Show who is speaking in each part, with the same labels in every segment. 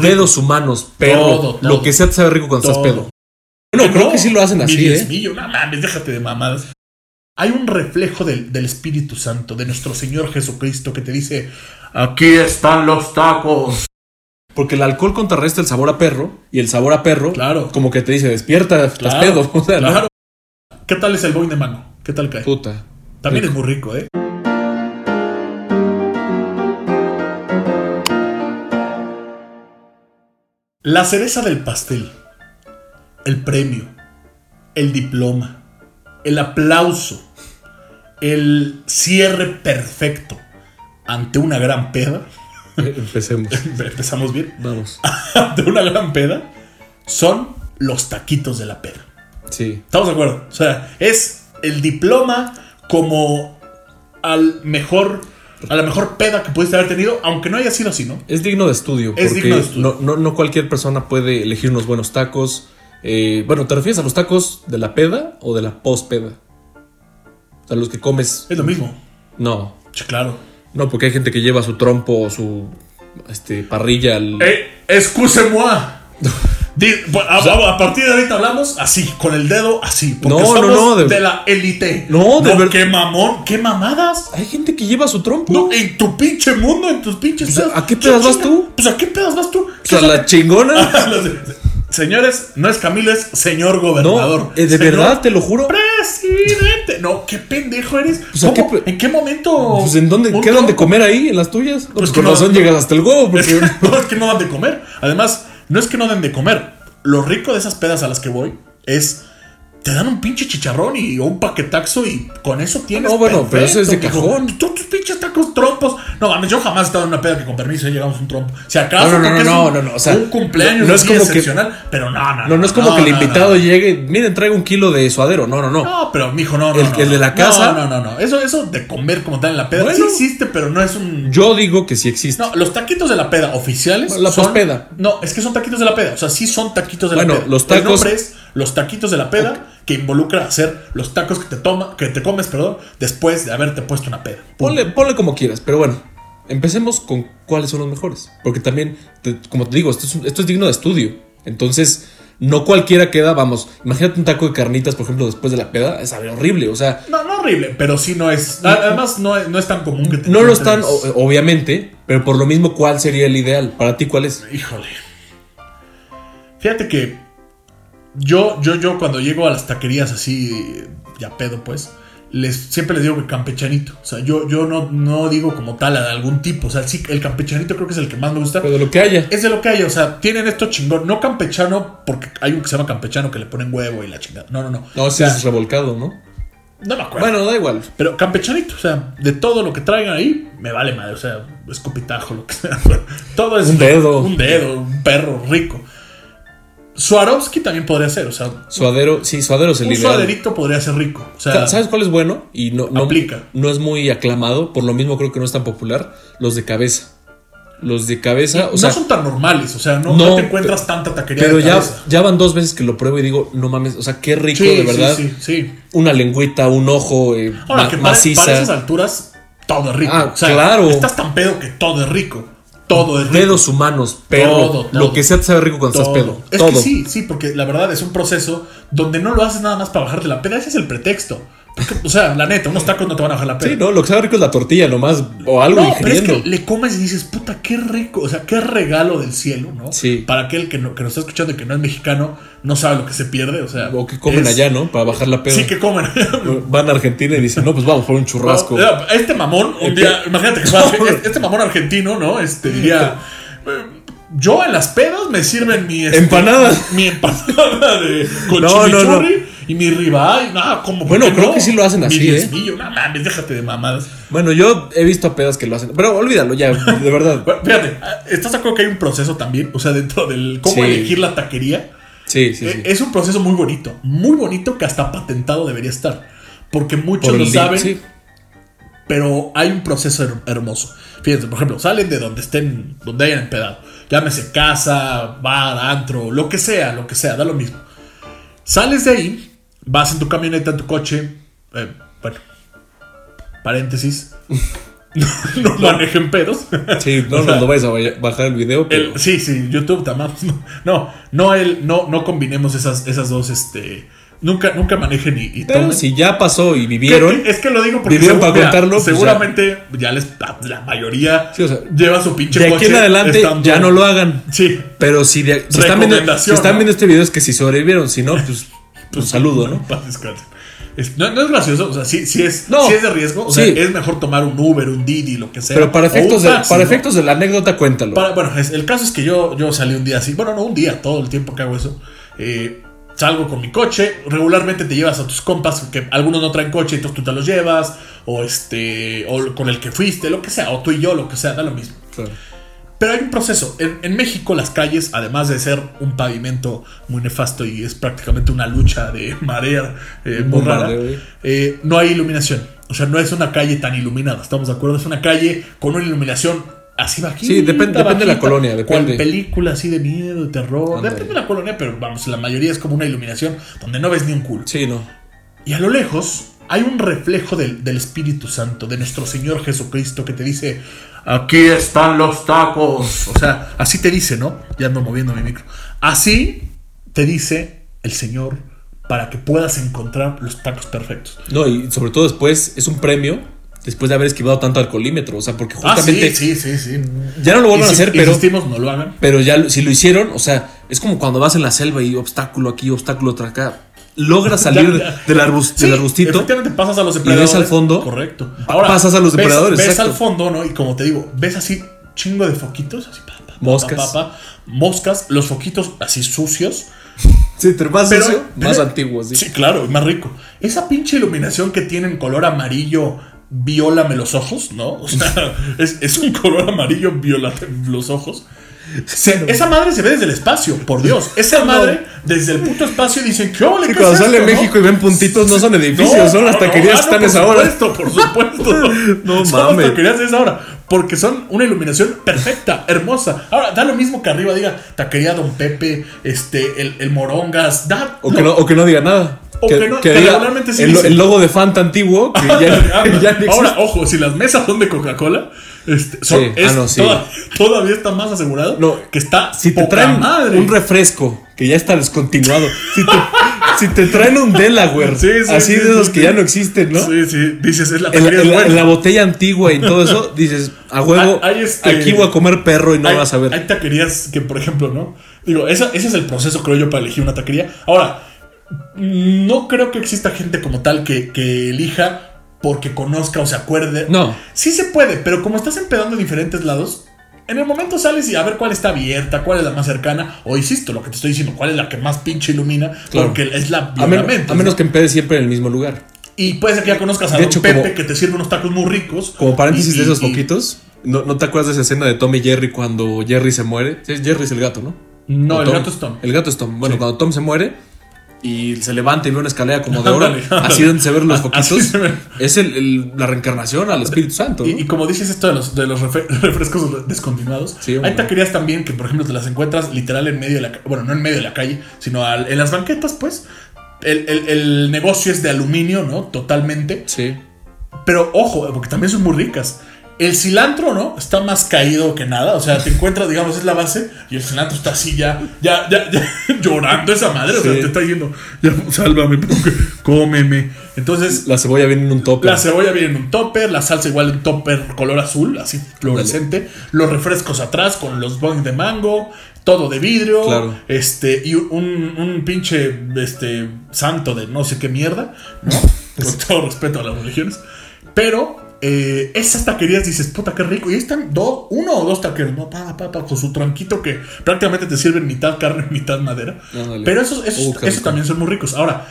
Speaker 1: dedos humanos, perro,
Speaker 2: Todo, todo.
Speaker 1: lo que sea te sabe rico cuando
Speaker 2: Todo.
Speaker 1: estás pedo. Bueno, creo que sí lo hacen
Speaker 2: mi
Speaker 1: así, ¿eh?
Speaker 2: diezmillo, no mames, déjate de mamadas. Hay un reflejo del, del Espíritu Santo, de nuestro Señor Jesucristo, que te dice: Aquí están los tacos.
Speaker 1: Porque el alcohol contrarresta el sabor a perro y el sabor a perro,
Speaker 2: Claro.
Speaker 1: como que te dice, despierta, estás
Speaker 2: Claro,
Speaker 1: pedo. O sea, ¿no?
Speaker 2: Claro. ¿Qué tal es el boing de mano? ¿Qué tal cae?
Speaker 1: Puta.
Speaker 2: También es muy rico, ¿eh? La cereza del pastel, el premio, el diploma, el aplauso, el cierre perfecto ante una gran peda,
Speaker 1: eh, Empecemos.
Speaker 2: empezamos bien,
Speaker 1: Vamos.
Speaker 2: ante una gran peda, son los taquitos de la peda.
Speaker 1: Sí.
Speaker 2: Estamos de acuerdo. O sea, es el diploma como al mejor, a la mejor peda que pudiste haber tenido, aunque no haya sido así, ¿no?
Speaker 1: Es digno de estudio.
Speaker 2: Es
Speaker 1: porque
Speaker 2: digno de estudio.
Speaker 1: No, no, no cualquier persona puede elegir unos buenos tacos. Eh, bueno, ¿te refieres a los tacos de la peda o de la pospeda? A los que comes.
Speaker 2: Es lo mismo.
Speaker 1: No.
Speaker 2: Sí, claro.
Speaker 1: No, porque hay gente que lleva su trompo o su este, parrilla al.
Speaker 2: Eh, excuse-moi. Di- a, a- a partir de ahorita hablamos así, con el dedo así. Porque
Speaker 1: No, no,
Speaker 2: somos
Speaker 1: no, de-
Speaker 2: de... la élite.
Speaker 1: No, de ver-
Speaker 2: Qué mamón, qué mamadas.
Speaker 1: Hay gente que lleva su trompo.
Speaker 2: No, en tu pinche mundo, en tus pinches.
Speaker 1: Pues, ¿a qué pedas vas tú?
Speaker 2: Pues a qué pedas vas tú.
Speaker 1: O sea, Ah, la chingona.
Speaker 2: Señores, no es Camilo, es señor gobernador.
Speaker 1: No, eh, de
Speaker 2: Señor
Speaker 1: verdad, te lo juro.
Speaker 2: Presidente. No, qué pendejo eres.
Speaker 1: Pues, ¿a
Speaker 2: ¿Cómo?
Speaker 1: qué pe-
Speaker 2: ¿En qué momento?
Speaker 1: Pues en dónde
Speaker 2: un
Speaker 1: quedan de
Speaker 2: tronco?
Speaker 1: comer ahí, en las tuyas. No, pues
Speaker 2: que
Speaker 1: con
Speaker 2: no.
Speaker 1: razón llegas hasta el huevo,
Speaker 2: Es que-
Speaker 1: porque
Speaker 2: no, es que no dan de comer. Además, no es que no den de comer. Lo rico de esas pedas a las que voy es. Te dan un pinche chicharrón y o un paquetaxo y con eso tienes.
Speaker 1: Ah, No, bueno, pero eso es de
Speaker 2: perfecto,
Speaker 1: cajón.
Speaker 2: mijo. Tú tus pinches tacos trompos. No, mames, yo jamás he estado en una peda que con permiso llegamos un trompo. Si acaso.
Speaker 1: No, no, no,
Speaker 2: porque
Speaker 1: no,
Speaker 2: es
Speaker 1: no,
Speaker 2: un,
Speaker 1: no, no, o sea,
Speaker 2: un cumpleaños
Speaker 1: no, no es
Speaker 2: así
Speaker 1: como que-
Speaker 2: excepcional, pero no, no.
Speaker 1: no, no es como que el
Speaker 2: no,
Speaker 1: invitado llegue, miren, traigo un kilo de suadero. No, no, no.
Speaker 2: No, pero mijo, no, no.
Speaker 1: El-
Speaker 2: no,
Speaker 1: el de la
Speaker 2: no,
Speaker 1: casa.
Speaker 2: No, no, no, Eso, eso de comer como tal en la peda.
Speaker 1: Bueno.
Speaker 2: sí existe, pero no es un.
Speaker 1: Yo digo que sí existe.
Speaker 2: No, los taquitos de la peda oficiales.
Speaker 1: La
Speaker 2: son-
Speaker 1: pospeda.
Speaker 2: No, es que son taquitos de la peda. O sea, sí son taquitos de
Speaker 1: Bueno,
Speaker 2: la peda.
Speaker 1: los
Speaker 2: El
Speaker 1: tacos-
Speaker 2: nombre es los taquitos de la peda, que involucra hacer los tacos que te toma, que te comes, perdón, después de haberte puesto una peda. Pum.
Speaker 1: Ponle, ponle como quieras, pero bueno. Empecemos con cuáles son los mejores. Porque también, te- como te digo, esto es, un- esto es digno de estudio. Entonces, no cualquiera queda, vamos. Imagínate un taco de carnitas, por ejemplo, después de la peda. Es sabe horrible. O sea,
Speaker 2: No, no horrible, pero sí no es. a- Además, no es, no es tan común que te
Speaker 1: no lo
Speaker 2: encuentres-
Speaker 1: están, o- obviamente, pero por lo mismo, ¿cuál sería el ideal? Para ti, ¿cuál es?
Speaker 2: Híjole. Fíjate que yo, yo, yo cuando llego a las taquerías así, ya pedo pues, les, siempre les digo que campechanito. O sea, yo, yo no, no digo como tal a algún tipo. O sea, sí, el campechanito creo que es el que más me gusta.
Speaker 1: Pero de lo que haya.
Speaker 2: Es de lo que hay, o sea, tienen esto chingón. No campechano porque hay un que se llama campechano que le ponen huevo y la chingada. No, no, no.
Speaker 1: No,
Speaker 2: O
Speaker 1: si
Speaker 2: sea,
Speaker 1: es revolcado, ¿no?
Speaker 2: no me acuerdo.
Speaker 1: Bueno, da igual.
Speaker 2: Pero campechanito, o sea, de todo lo que traigan ahí, me vale madre, o sea, escopitajo, lo que sea. todo es
Speaker 1: Un dedo.
Speaker 2: Un dedo, un perro rico. Swarovski también podría ser, o sea,
Speaker 1: Suadero, sí, suadero es el
Speaker 2: un
Speaker 1: ideal.
Speaker 2: suaderito podría ser rico. O sea,
Speaker 1: Sa- ¿Sabes cuál es bueno? Y no, no,
Speaker 2: Aplica.
Speaker 1: no es muy aclamado, por lo mismo creo que no es tan popular. Los de cabeza. Los de cabeza, o
Speaker 2: no
Speaker 1: sea,
Speaker 2: son tan normales, o sea, no,
Speaker 1: No,
Speaker 2: no te encuentras tanta taquería.
Speaker 1: pero
Speaker 2: de
Speaker 1: ya,
Speaker 2: cabeza.
Speaker 1: ya van dos veces que lo pruebo y digo, no mames, o sea, qué rico,
Speaker 2: Sí,
Speaker 1: de verdad.
Speaker 2: sí, sí, sí.
Speaker 1: Una lengüita, un ojo eh,
Speaker 2: Ahora,
Speaker 1: ma-
Speaker 2: que para, para esas
Speaker 1: maciza,
Speaker 2: alturas, todo es rico.
Speaker 1: Ah,
Speaker 2: o sea,
Speaker 1: claro.
Speaker 2: Estás tan pedo que todo es rico. Todo es rico.
Speaker 1: dedos humanos, perro,
Speaker 2: Todo, todo.
Speaker 1: lo que sea te sabe rico cuando
Speaker 2: Todo.
Speaker 1: estás pedo.
Speaker 2: Es
Speaker 1: todo.
Speaker 2: que sí, sí, porque la verdad es un proceso donde no lo haces nada más para bajarte la pena, ese es el pretexto. Porque, o sea, la neta, unos tacos no te van a bajar la pena.
Speaker 1: Sí, no, lo que sabe rico es la tortilla nomás, o algo
Speaker 2: No, pero es
Speaker 1: ingiriendo.
Speaker 2: que le comes y dices, puta, qué rico, o sea, qué regalo del cielo, ¿no?
Speaker 1: Sí.
Speaker 2: Para aquel que, no, que nos está escuchando y que no es mexicano, no sabe lo que se pierde, o sea.
Speaker 1: O que comen
Speaker 2: es-
Speaker 1: allá, ¿no? Para bajar la peda.
Speaker 2: Sí, que comen.
Speaker 1: Van a Argentina y dicen, no, pues vamos por un churrasco.
Speaker 2: No, Este mamón, un día, imagínate que pase, este mamón argentino, ¿no? Este diría. eh, Yo en las pedas me sirven mi este,
Speaker 1: Empanadas.
Speaker 2: Mi empanada de con
Speaker 1: No, no,
Speaker 2: chimichurri y mi ribeye. No, como
Speaker 1: Bueno, creo que sí lo hacen así,
Speaker 2: Mi
Speaker 1: ¿eh?
Speaker 2: diezmillo, no mames, déjate de mamadas.
Speaker 1: Bueno, yo he visto a pedas que lo hacen, pero olvídalo ya, de verdad.
Speaker 2: Bueno, fíjate, ¿estás de acuerdo que hay un proceso también? O sea, dentro del cómo
Speaker 1: Sí.
Speaker 2: elegir la taquería.
Speaker 1: Sí, sí, sí.
Speaker 2: Eh, Es un proceso muy bonito, muy bonito que hasta patentado debería estar. Porque muchos
Speaker 1: Por
Speaker 2: lo
Speaker 1: el link,
Speaker 2: saben,
Speaker 1: sí.
Speaker 2: pero hay un proceso her- hermoso. Fíjense, por ejemplo, salen de donde estén, donde hayan empedado. Llámese casa, bar, antro, lo que sea, lo que sea, da lo mismo. Sales de ahí, vas en tu camioneta, en tu coche, eh, bueno, paréntesis, no manejen pedos.
Speaker 1: Sí, no
Speaker 2: O sea,
Speaker 1: nos lo vais a vaya- bajar el video, pero
Speaker 2: El- sí, sí, YouTube tamamos. No, no, el, no, no combinemos esas, esas dos, este. Nunca, nunca manejen y, y
Speaker 1: pero
Speaker 2: tomen.
Speaker 1: si ya pasó y
Speaker 2: Que-
Speaker 1: vieron
Speaker 2: Es que lo digo porque
Speaker 1: Vivieron
Speaker 2: segu-
Speaker 1: para
Speaker 2: mira,
Speaker 1: contarlo, pues,
Speaker 2: seguramente ya les la mayoría
Speaker 1: Sí, o sea,
Speaker 2: lleva su pinche
Speaker 1: de
Speaker 2: coche.
Speaker 1: aquí en adelante
Speaker 2: estando-
Speaker 1: ya no lo hagan.
Speaker 2: Sí,
Speaker 1: Pero si, de- si están, viendo, si
Speaker 2: Recomendación,
Speaker 1: están
Speaker 2: ¿no?
Speaker 1: viendo este video es que si sobrevivieron, si no, pues un saludo, ¿no?
Speaker 2: Paz, descanse. Es- no, no es gracioso, o sea, sí, sí es,
Speaker 1: No.
Speaker 2: sí es de riesgo, o
Speaker 1: Sí.
Speaker 2: sea, es mejor tomar un Uber, un Didi, lo que sea.
Speaker 1: Pero para
Speaker 2: o un
Speaker 1: efectos, de,
Speaker 2: taxi,
Speaker 1: para
Speaker 2: ¿no?
Speaker 1: efectos de la anécdota, cuéntalo.
Speaker 2: Para- bueno, es- el caso es que yo, yo salí un día así, bueno, no un día, todo el tiempo que hago eso. eh, salgo con mi coche, regularmente te llevas a tus compas, que algunos no traen coche, entonces tú te los llevas, o este, o con el que fuiste, lo que sea, o tú y yo, lo que sea, da lo mismo.
Speaker 1: Claro.
Speaker 2: Pero hay un proceso. En, en México las calles, además de ser un pavimento muy nefasto y es prácticamente una lucha de marea eh, muy rara,
Speaker 1: bombardeo, ¿eh?
Speaker 2: eh, no hay iluminación. O sea, no es una calle tan iluminada, estamos de acuerdo. Es una calle con una iluminación así bajita.
Speaker 1: Sí, depende- depende de la
Speaker 2: bajita,
Speaker 1: colonia, depende.
Speaker 2: Cual película así de miedo, de terror.
Speaker 1: Ándale.
Speaker 2: Depende de la colonia, pero vamos, la mayoría es como una iluminación donde no ves ni un culo.
Speaker 1: Sí, no.
Speaker 2: Y a lo lejos hay un reflejo del, del Espíritu Santo, de nuestro Señor Jesucristo, que te dice, aquí están los tacos. O sea, así te dice, ¿no? Ya ando moviendo mi micro. Así te dice el Señor para que puedas encontrar los tacos perfectos.
Speaker 1: No, y sobre todo después es un premio después de haber esquivado tanto alcoholímetro. O sea, porque justamente
Speaker 2: ah, sí, sí, sí, sí.
Speaker 1: ya no lo vuelven
Speaker 2: Y
Speaker 1: a
Speaker 2: si
Speaker 1: hacer, pero,
Speaker 2: insistimos, no lo hagan.
Speaker 1: pero ya lo- si lo hicieron, o sea, es como cuando vas en la selva y obstáculo aquí, obstáculo otra acá. Logras salir
Speaker 2: Ya, ya.
Speaker 1: del, arbus-
Speaker 2: Sí,
Speaker 1: del arbustito.
Speaker 2: Efectivamente pasas a los
Speaker 1: ves
Speaker 2: depredadores.
Speaker 1: al fondo,
Speaker 2: Correcto.
Speaker 1: pasas a los
Speaker 2: ves-
Speaker 1: depredadores,
Speaker 2: Ves,
Speaker 1: exacto.
Speaker 2: al fondo, ¿no? Y como te digo, ves así chingo de foquitos, así pa, pa, pa,
Speaker 1: Moscas.
Speaker 2: pa, pa, pa, moscas, los foquitos así sucios.
Speaker 1: Sí, pero más
Speaker 2: Pero-
Speaker 1: sucio, más
Speaker 2: pero-
Speaker 1: antiguo, sí.
Speaker 2: Sí, claro, y más rico. Esa pinche iluminación que tienen color amarillo, viólame los ojos, ¿no? O sea, es, es un color amarillo, viólate los ojos. Se- esa madre se ve desde el espacio, por Dios. Esa madre, desde el puto espacio, dicen, ¿qué ole,
Speaker 1: Y
Speaker 2: qué
Speaker 1: cuando
Speaker 2: es
Speaker 1: sale
Speaker 2: esto, no?"
Speaker 1: México y ven puntitos, no son edificios,
Speaker 2: No,
Speaker 1: son
Speaker 2: no,
Speaker 1: las
Speaker 2: no,
Speaker 1: taquerías
Speaker 2: ah,
Speaker 1: que están
Speaker 2: no,
Speaker 1: a esa hora.
Speaker 2: Por supuesto, por supuesto.
Speaker 1: No
Speaker 2: Son las
Speaker 1: mames.
Speaker 2: taquerías de esa hora. Porque son una iluminación perfecta, hermosa. Ahora, da lo mismo que arriba diga taquería Don Pepe, este, el, el Morongas, da.
Speaker 1: O que, no, o que no diga nada.
Speaker 2: O que no- que
Speaker 1: diga
Speaker 2: regularmente sí
Speaker 1: el, lo-
Speaker 2: dicen.
Speaker 1: el logo de Fanta antiguo que ya, ya
Speaker 2: Ah,
Speaker 1: ni existe.
Speaker 2: Ahora, ojo, si las mesas son de Coca-Cola, este, son,
Speaker 1: Sí, ah,
Speaker 2: es-
Speaker 1: no, sí.
Speaker 2: toda- todavía está más asegurado
Speaker 1: No,
Speaker 2: que está
Speaker 1: Si te
Speaker 2: poca
Speaker 1: traen
Speaker 2: madre.
Speaker 1: un refresco que ya está descontinuado, si te, si te traen un Delaware,
Speaker 2: Sí, sí,
Speaker 1: así
Speaker 2: sí,
Speaker 1: de esos
Speaker 2: sí,
Speaker 1: que
Speaker 2: sí.
Speaker 1: ya no existen, ¿no?
Speaker 2: Sí, sí, dices, es la
Speaker 1: En, la,
Speaker 2: taquería
Speaker 1: en la-
Speaker 2: buena.
Speaker 1: en la botella antigua y todo eso, dices, a huevo,
Speaker 2: Hay- hay este-
Speaker 1: aquí voy a comer perro y no
Speaker 2: hay,
Speaker 1: vas a ver.
Speaker 2: hay taquerías que, por ejemplo, ¿no? Digo, esa- ese es el proceso, creo yo, para elegir una taquería. Ahora, no creo que exista gente como tal que, que elija porque conozca o se acuerde.
Speaker 1: No.
Speaker 2: Sí se puede, pero como estás empedando en diferentes lados, en el momento sales y a ver cuál está abierta, cuál es la más cercana, o insisto, lo que te estoy diciendo, cuál es la que más pinche ilumina,
Speaker 1: Claro.
Speaker 2: porque es la
Speaker 1: A, men-
Speaker 2: violamente,
Speaker 1: a menos
Speaker 2: ¿no?
Speaker 1: que empedes siempre en el mismo lugar.
Speaker 2: Y puede ser que ya conozcas a
Speaker 1: De
Speaker 2: Don
Speaker 1: hecho,
Speaker 2: Pepe
Speaker 1: como-
Speaker 2: que te sirve unos tacos muy ricos.
Speaker 1: Como paréntesis
Speaker 2: y-
Speaker 1: de esos
Speaker 2: y- y-
Speaker 1: poquitos, ¿no, no te acuerdas de esa escena de Tom y Jerry cuando Jerry se muere? Sí, Jerry es el gato, ¿no?
Speaker 2: No,
Speaker 1: O
Speaker 2: el
Speaker 1: Tom.
Speaker 2: gato es Tom.
Speaker 1: El gato es Tom. Bueno, cuando Tom se muere y se levanta y ve una escalera como de oro,
Speaker 2: Ándale, ándale.
Speaker 1: así donde se ven los
Speaker 2: A- así
Speaker 1: foquitos,
Speaker 2: se ve.
Speaker 1: es el- el- la reencarnación al Espíritu Santo. ¿no?
Speaker 2: Y, y como dices esto de los, de los refe- refrescos descontinuados,
Speaker 1: Sí, hombre.
Speaker 2: hay taquerías también que, por ejemplo, te las encuentras literal en medio de la ca- Bueno, no en medio de la calle, sino al- en las banquetas, pues. El, el- el negocio es de aluminio, ¿no? Totalmente.
Speaker 1: Sí.
Speaker 2: Pero ojo, porque también son muy ricas. El cilantro, ¿no? Está más caído que nada. O sea, te encuentras, digamos, es la base y el cilantro está así ya, ya, ya, ya llorando esa madre. O sea,
Speaker 1: Sí.
Speaker 2: te está yendo, ya, sálvame, porque cómeme. Entonces,
Speaker 1: La cebolla viene en un tope.
Speaker 2: la cebolla viene en un topper, la salsa igual en topper color azul, así fluorescente. Los refrescos atrás con los bongs de mango, todo de vidrio.
Speaker 1: Claro.
Speaker 2: Este, y un, un pinche este, santo de no sé qué mierda, ¿no? Con todo respeto a las religiones. Pero eh, esas taquerías dices, puta, qué rico. Y ahí están dos, uno o dos taqueros, ¿no? Pa, pa, pa, con su tranquito que prácticamente te sirven mitad carne, mitad madera.
Speaker 1: Ándale.
Speaker 2: Pero esos, esos,
Speaker 1: Uh, qué
Speaker 2: esos
Speaker 1: rico.
Speaker 2: también son muy ricos. Ahora,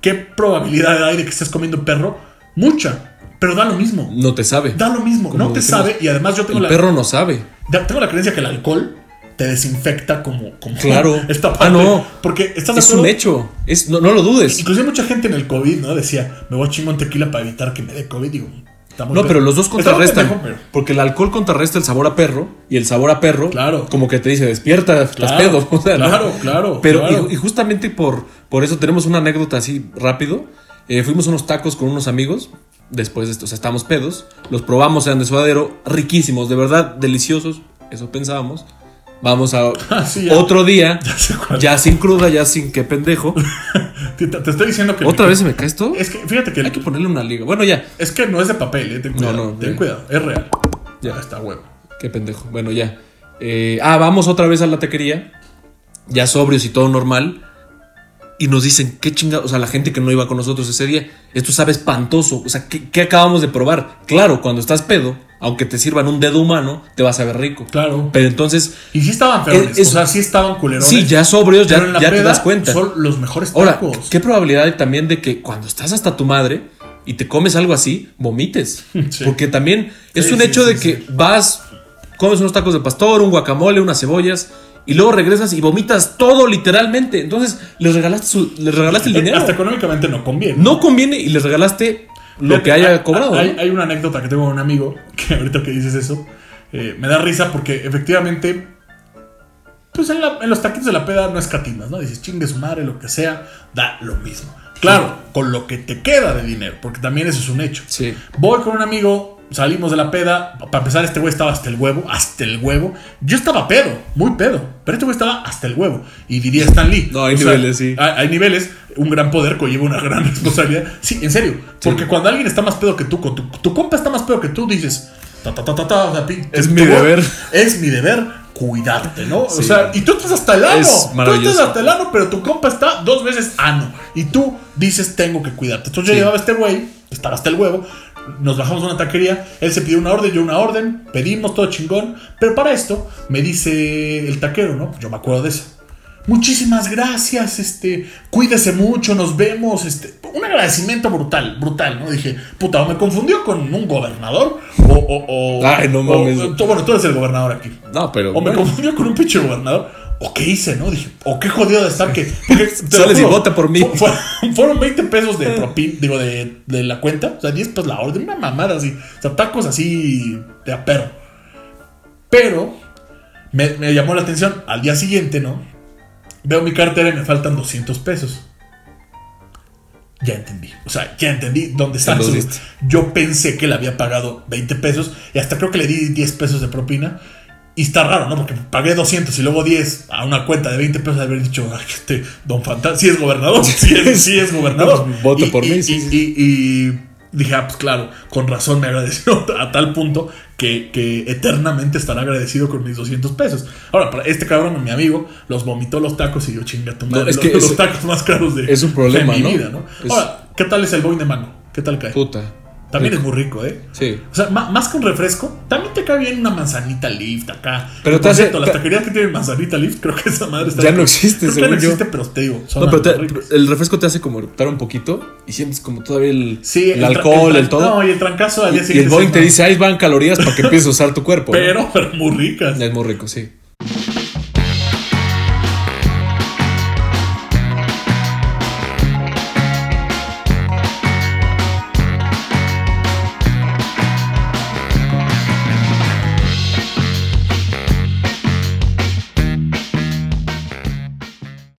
Speaker 2: ¿qué probabilidad hay de que estés comiendo perro? Mucha, pero da lo mismo.
Speaker 1: No te sabe.
Speaker 2: Da lo mismo,
Speaker 1: Como
Speaker 2: no te
Speaker 1: decimos,
Speaker 2: sabe y además yo tengo
Speaker 1: El
Speaker 2: la,
Speaker 1: perro no sabe.
Speaker 2: da- tengo la creencia que el alcohol te desinfecta como, como
Speaker 1: Claro.
Speaker 2: esta
Speaker 1: Ah,
Speaker 2: parte.
Speaker 1: no.
Speaker 2: Porque estás de
Speaker 1: Es un
Speaker 2: acuerdo.
Speaker 1: hecho. Es, no, no lo dudes.
Speaker 2: Inclusive mucha gente en el COVID, ¿no? Decía, me voy a chingar un tequila para evitar que me dé COVID. Digo, está muy
Speaker 1: No,
Speaker 2: pe-
Speaker 1: pero los dos
Speaker 2: está muy
Speaker 1: contrarrestan.
Speaker 2: pendejo, pero-
Speaker 1: Porque el alcohol contrarresta el sabor a perro. Y el sabor a perro,
Speaker 2: Claro.
Speaker 1: como que te dice, despierta, estás
Speaker 2: Claro,
Speaker 1: pedo. O sea, ¿no?
Speaker 2: claro, claro,
Speaker 1: Pero,
Speaker 2: claro.
Speaker 1: Y, y justamente por, por eso tenemos una anécdota así rápido. Eh, fuimos a unos tacos con unos amigos. después de esto. O sea, estamos pedos, los probamos, eran de suadero, riquísimos, de verdad, deliciosos, eso pensábamos. Vamos a
Speaker 2: Ah, sí, ya.
Speaker 1: otro día,
Speaker 2: Ya sé cuál.
Speaker 1: ya sin cruda, ya sin que pendejo.
Speaker 2: Te, te estoy diciendo que.
Speaker 1: ¿Otra vez se me cae esto?
Speaker 2: Es que, fíjate que.
Speaker 1: Hay que ponerle una liga. Bueno, ya,
Speaker 2: Es que no es de papel, eh. Ten
Speaker 1: No,
Speaker 2: cuidado.
Speaker 1: no,
Speaker 2: ten
Speaker 1: eh.
Speaker 2: cuidado. Es real.
Speaker 1: Ya.
Speaker 2: Ya está huevo.
Speaker 1: qué pendejo. Bueno, ya. Eh, ah, vamos otra vez a la taquería, ya sobrios y todo normal. Y nos dicen, qué chingada, o sea, la gente que no iba con nosotros ese día, esto sabe espantoso. O sea, ¿qué, qué acabamos de probar? Claro, cuando estás pedo, aunque te sirvan un dedo humano, te vas a ver rico.
Speaker 2: Claro.
Speaker 1: Pero entonces,
Speaker 2: Y sí estaban peores.
Speaker 1: Es- es-
Speaker 2: o sea, sí estaban culerones.
Speaker 1: sí, ya sobrios,
Speaker 2: pero
Speaker 1: ya,
Speaker 2: en la
Speaker 1: ya te
Speaker 2: peda
Speaker 1: das cuenta.
Speaker 2: Son los mejores
Speaker 1: Ahora,
Speaker 2: tacos.
Speaker 1: ¿qué probabilidad hay también de que cuando estás hasta tu madre y te comes algo así, vomites?
Speaker 2: Sí.
Speaker 1: Porque también es
Speaker 2: Sí,
Speaker 1: un
Speaker 2: sí,
Speaker 1: hecho
Speaker 2: sí,
Speaker 1: de
Speaker 2: sí.
Speaker 1: que vas, comes unos tacos de pastor, un guacamole, unas cebollas. Y luego regresas y vomitas todo literalmente. Entonces, les regalaste, su- les regalaste el dinero.
Speaker 2: Hasta económicamente no conviene.
Speaker 1: No conviene y les regalaste lo
Speaker 2: Fíjate,
Speaker 1: que
Speaker 2: hay-
Speaker 1: haya cobrado.
Speaker 2: Hay,
Speaker 1: ¿no?
Speaker 2: hay una anécdota que tengo con un amigo que ahorita que dices eso eh, me da risa porque efectivamente, pues en, la- en los taquitos de la peda no escatimas, ¿no? Dices chingue su madre, lo que sea, da lo mismo. Claro, con lo que te queda de dinero, porque también eso es un hecho.
Speaker 1: Sí.
Speaker 2: Voy con un amigo, salimos de la peda. Para empezar, este güey estaba hasta el huevo, hasta el huevo. Yo estaba pedo, muy pedo, pero este güey estaba hasta el huevo. Y diría Stan Lee.
Speaker 1: No, hay niveles, sí.
Speaker 2: Hay, hay niveles. Un gran poder conlleva una gran responsabilidad. Sí, en serio. Porque cuando alguien está más pedo que tú, con tu, tu compa está más pedo que tú, dices. "Ta, ta, ta, ta, ta", o sea, pi-
Speaker 1: Es
Speaker 2: tu-
Speaker 1: mi
Speaker 2: tu-
Speaker 1: deber.
Speaker 2: Es mi deber cuidarte, ¿no? O
Speaker 1: Sí.
Speaker 2: sea, y tú estás hasta el ano.
Speaker 1: Es
Speaker 2: Tú estás
Speaker 1: maravilloso.
Speaker 2: hasta el ano, pero tu compa está dos veces ano. Y tú dices, tengo que cuidarte. Entonces
Speaker 1: Sí.
Speaker 2: yo llevaba a este güey, estaba hasta el huevo. Nos bajamos a una taquería. Él se pidió una orden, yo una orden. Pedimos todo chingón. Pero para esto, me dice el taquero, ¿no? Yo me acuerdo de eso. Muchísimas gracias, este, cuídese mucho, nos vemos, este, un agradecimiento brutal, brutal, ¿no? Dije, puta, o me confundió con un gobernador, o, o, o-
Speaker 1: Ay, no
Speaker 2: o-
Speaker 1: mames.
Speaker 2: tú- bueno, tú eres el gobernador aquí.
Speaker 1: No, pero.
Speaker 2: O me
Speaker 1: bueno,
Speaker 2: confundió con un pinche gobernador. O qué hice, ¿no? Dije, o qué jodido de estar que. porque, te lo
Speaker 1: Sales y
Speaker 2: juro,
Speaker 1: vota por mí.
Speaker 2: fu- fu- fueron 20 pesos de propin, digo, de, de la cuenta. O sea, 10 pesos la orden, una mamada así. O sea, tacos así de a perro. Pero me, me llamó la atención. Al día siguiente, ¿no? Veo mi cartera y me faltan 200 pesos. Ya entendí. O sea, ya entendí dónde están
Speaker 1: los
Speaker 2: sus-
Speaker 1: diste.
Speaker 2: Yo pensé que le había pagado 20 pesos y hasta creo que le di 10 pesos de propina. Y está raro, ¿no? Porque pagué 200 y luego 10 a una cuenta de 20 pesos de haber dicho, "Ay, este don Fantasma, sí es gobernador, sí es, sí es gobernador.
Speaker 1: No, pues, voto
Speaker 2: Y-
Speaker 1: por
Speaker 2: y-
Speaker 1: mí,
Speaker 2: y-
Speaker 1: sí, sí,
Speaker 2: y- y dije, ah, pues claro, con razón me agradeció a tal punto que, que eternamente estará agradecido con mis 200 pesos. Ahora, para este cabrón, mi amigo, los vomitó los tacos y yo chinga tu madre.
Speaker 1: es
Speaker 2: los,
Speaker 1: que
Speaker 2: los
Speaker 1: es-
Speaker 2: tacos más caros de,
Speaker 1: es un problema,
Speaker 2: de mi
Speaker 1: ¿no?
Speaker 2: vida, ¿no?
Speaker 1: Es-
Speaker 2: Ahora, ¿qué tal es el boing de mango? ¿Qué tal cae?
Speaker 1: Puta.
Speaker 2: También
Speaker 1: rico.
Speaker 2: es muy rico, ¿eh?
Speaker 1: Sí.
Speaker 2: O sea, ma- más que un refresco, también te cae bien una manzanita lift acá.
Speaker 1: Pero
Speaker 2: Que,
Speaker 1: te
Speaker 2: por
Speaker 1: hace-
Speaker 2: cierto, las
Speaker 1: te-
Speaker 2: taquerías que tienen manzanita lift, creo que esa madre está.
Speaker 1: Ya no existe,
Speaker 2: creo que
Speaker 1: según
Speaker 2: no
Speaker 1: yo.
Speaker 2: existe, pero te digo. son
Speaker 1: No, pero te-
Speaker 2: más ricas.
Speaker 1: el refresco te hace como eructar un poquito y sientes como todavía el,
Speaker 2: Sí,
Speaker 1: el
Speaker 2: tra-
Speaker 1: alcohol, el,
Speaker 2: tra-
Speaker 1: todo.
Speaker 2: No, y el trancazo al día
Speaker 1: Y el
Speaker 2: siguiente
Speaker 1: Boeing
Speaker 2: se-
Speaker 1: te dice, ahí van calorías para que empieces a usar tu cuerpo. ¿no?
Speaker 2: Pero, pero muy ricas.
Speaker 1: Es muy rico, sí.